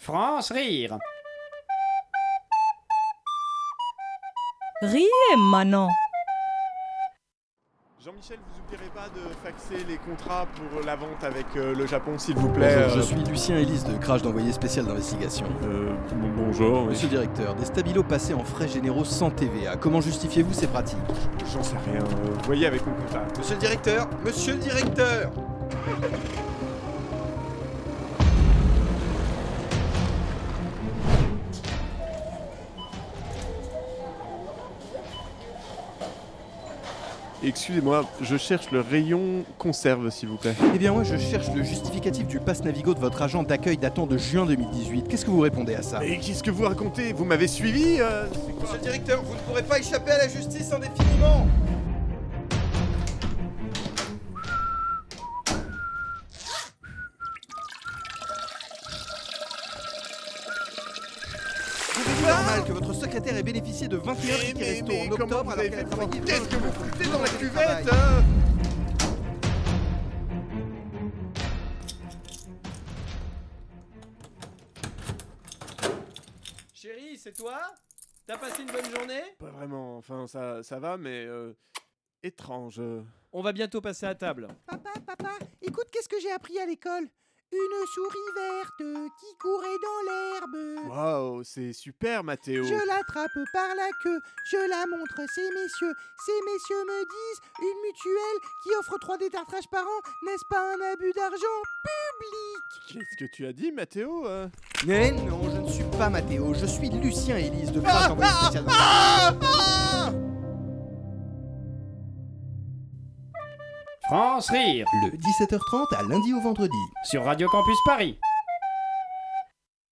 France Rire. Riez, Manon. Jean-Michel, vous n'oublierez pas de faxer les contrats pour la vente avec euh, le Japon, s'il vous plaît. Bonjour, euh, je suis Lucien Elise de Crash d'envoyé spécial d'investigation. Euh, bon- bonjour. Monsieur le directeur, des stabilos passés en frais généraux sans TVA, comment justifiez-vous ces pratiques J'en sais rien. euh, vous voyez avec mon comptable. Monsieur le directeur Monsieur le directeur Excusez-moi, je cherche le rayon conserve, s'il vous plaît. Eh bien moi je cherche le justificatif du pass Navigo de votre agent d'accueil datant de juin 2018. Qu'est-ce que vous répondez à ça Et qu'est-ce que vous racontez Vous m'avez suivi euh, c'est quoi le directeur, vous ne pourrez pas échapper à la justice indéfiniment C'est normal que votre secrétaire ait bénéficié de 21 Mais, tickets mais, resto mais en octobre comment vous alors avez qu'elle a fait pour- travaillé Qu'est-ce que vous foutez dans la cuvette Travail. hein Chérie, c'est toi T'as passé une bonne journée Pas vraiment, enfin ça, ça va, mais euh, étrange. euh. On va bientôt passer à table. Papa, papa, écoute, qu'est-ce que j'ai appris à l'école Une souris verte qui courait dans l'herbe. Waouh, c'est super, Mathéo. Je l'attrape par la queue, je la montre à ces messieurs. Ces messieurs me disent une mutuelle qui offre trois détartrages par an, n'est-ce pas un abus d'argent public Qu'est-ce que tu as dit, Mathéo euh Mais non, je ne suis pas Mathéo, je suis Lucien Élise de Ah, Crash envoyé spécial dans- France Rire. Le 17h30 à lundi au vendredi. Sur Radio Campus Paris.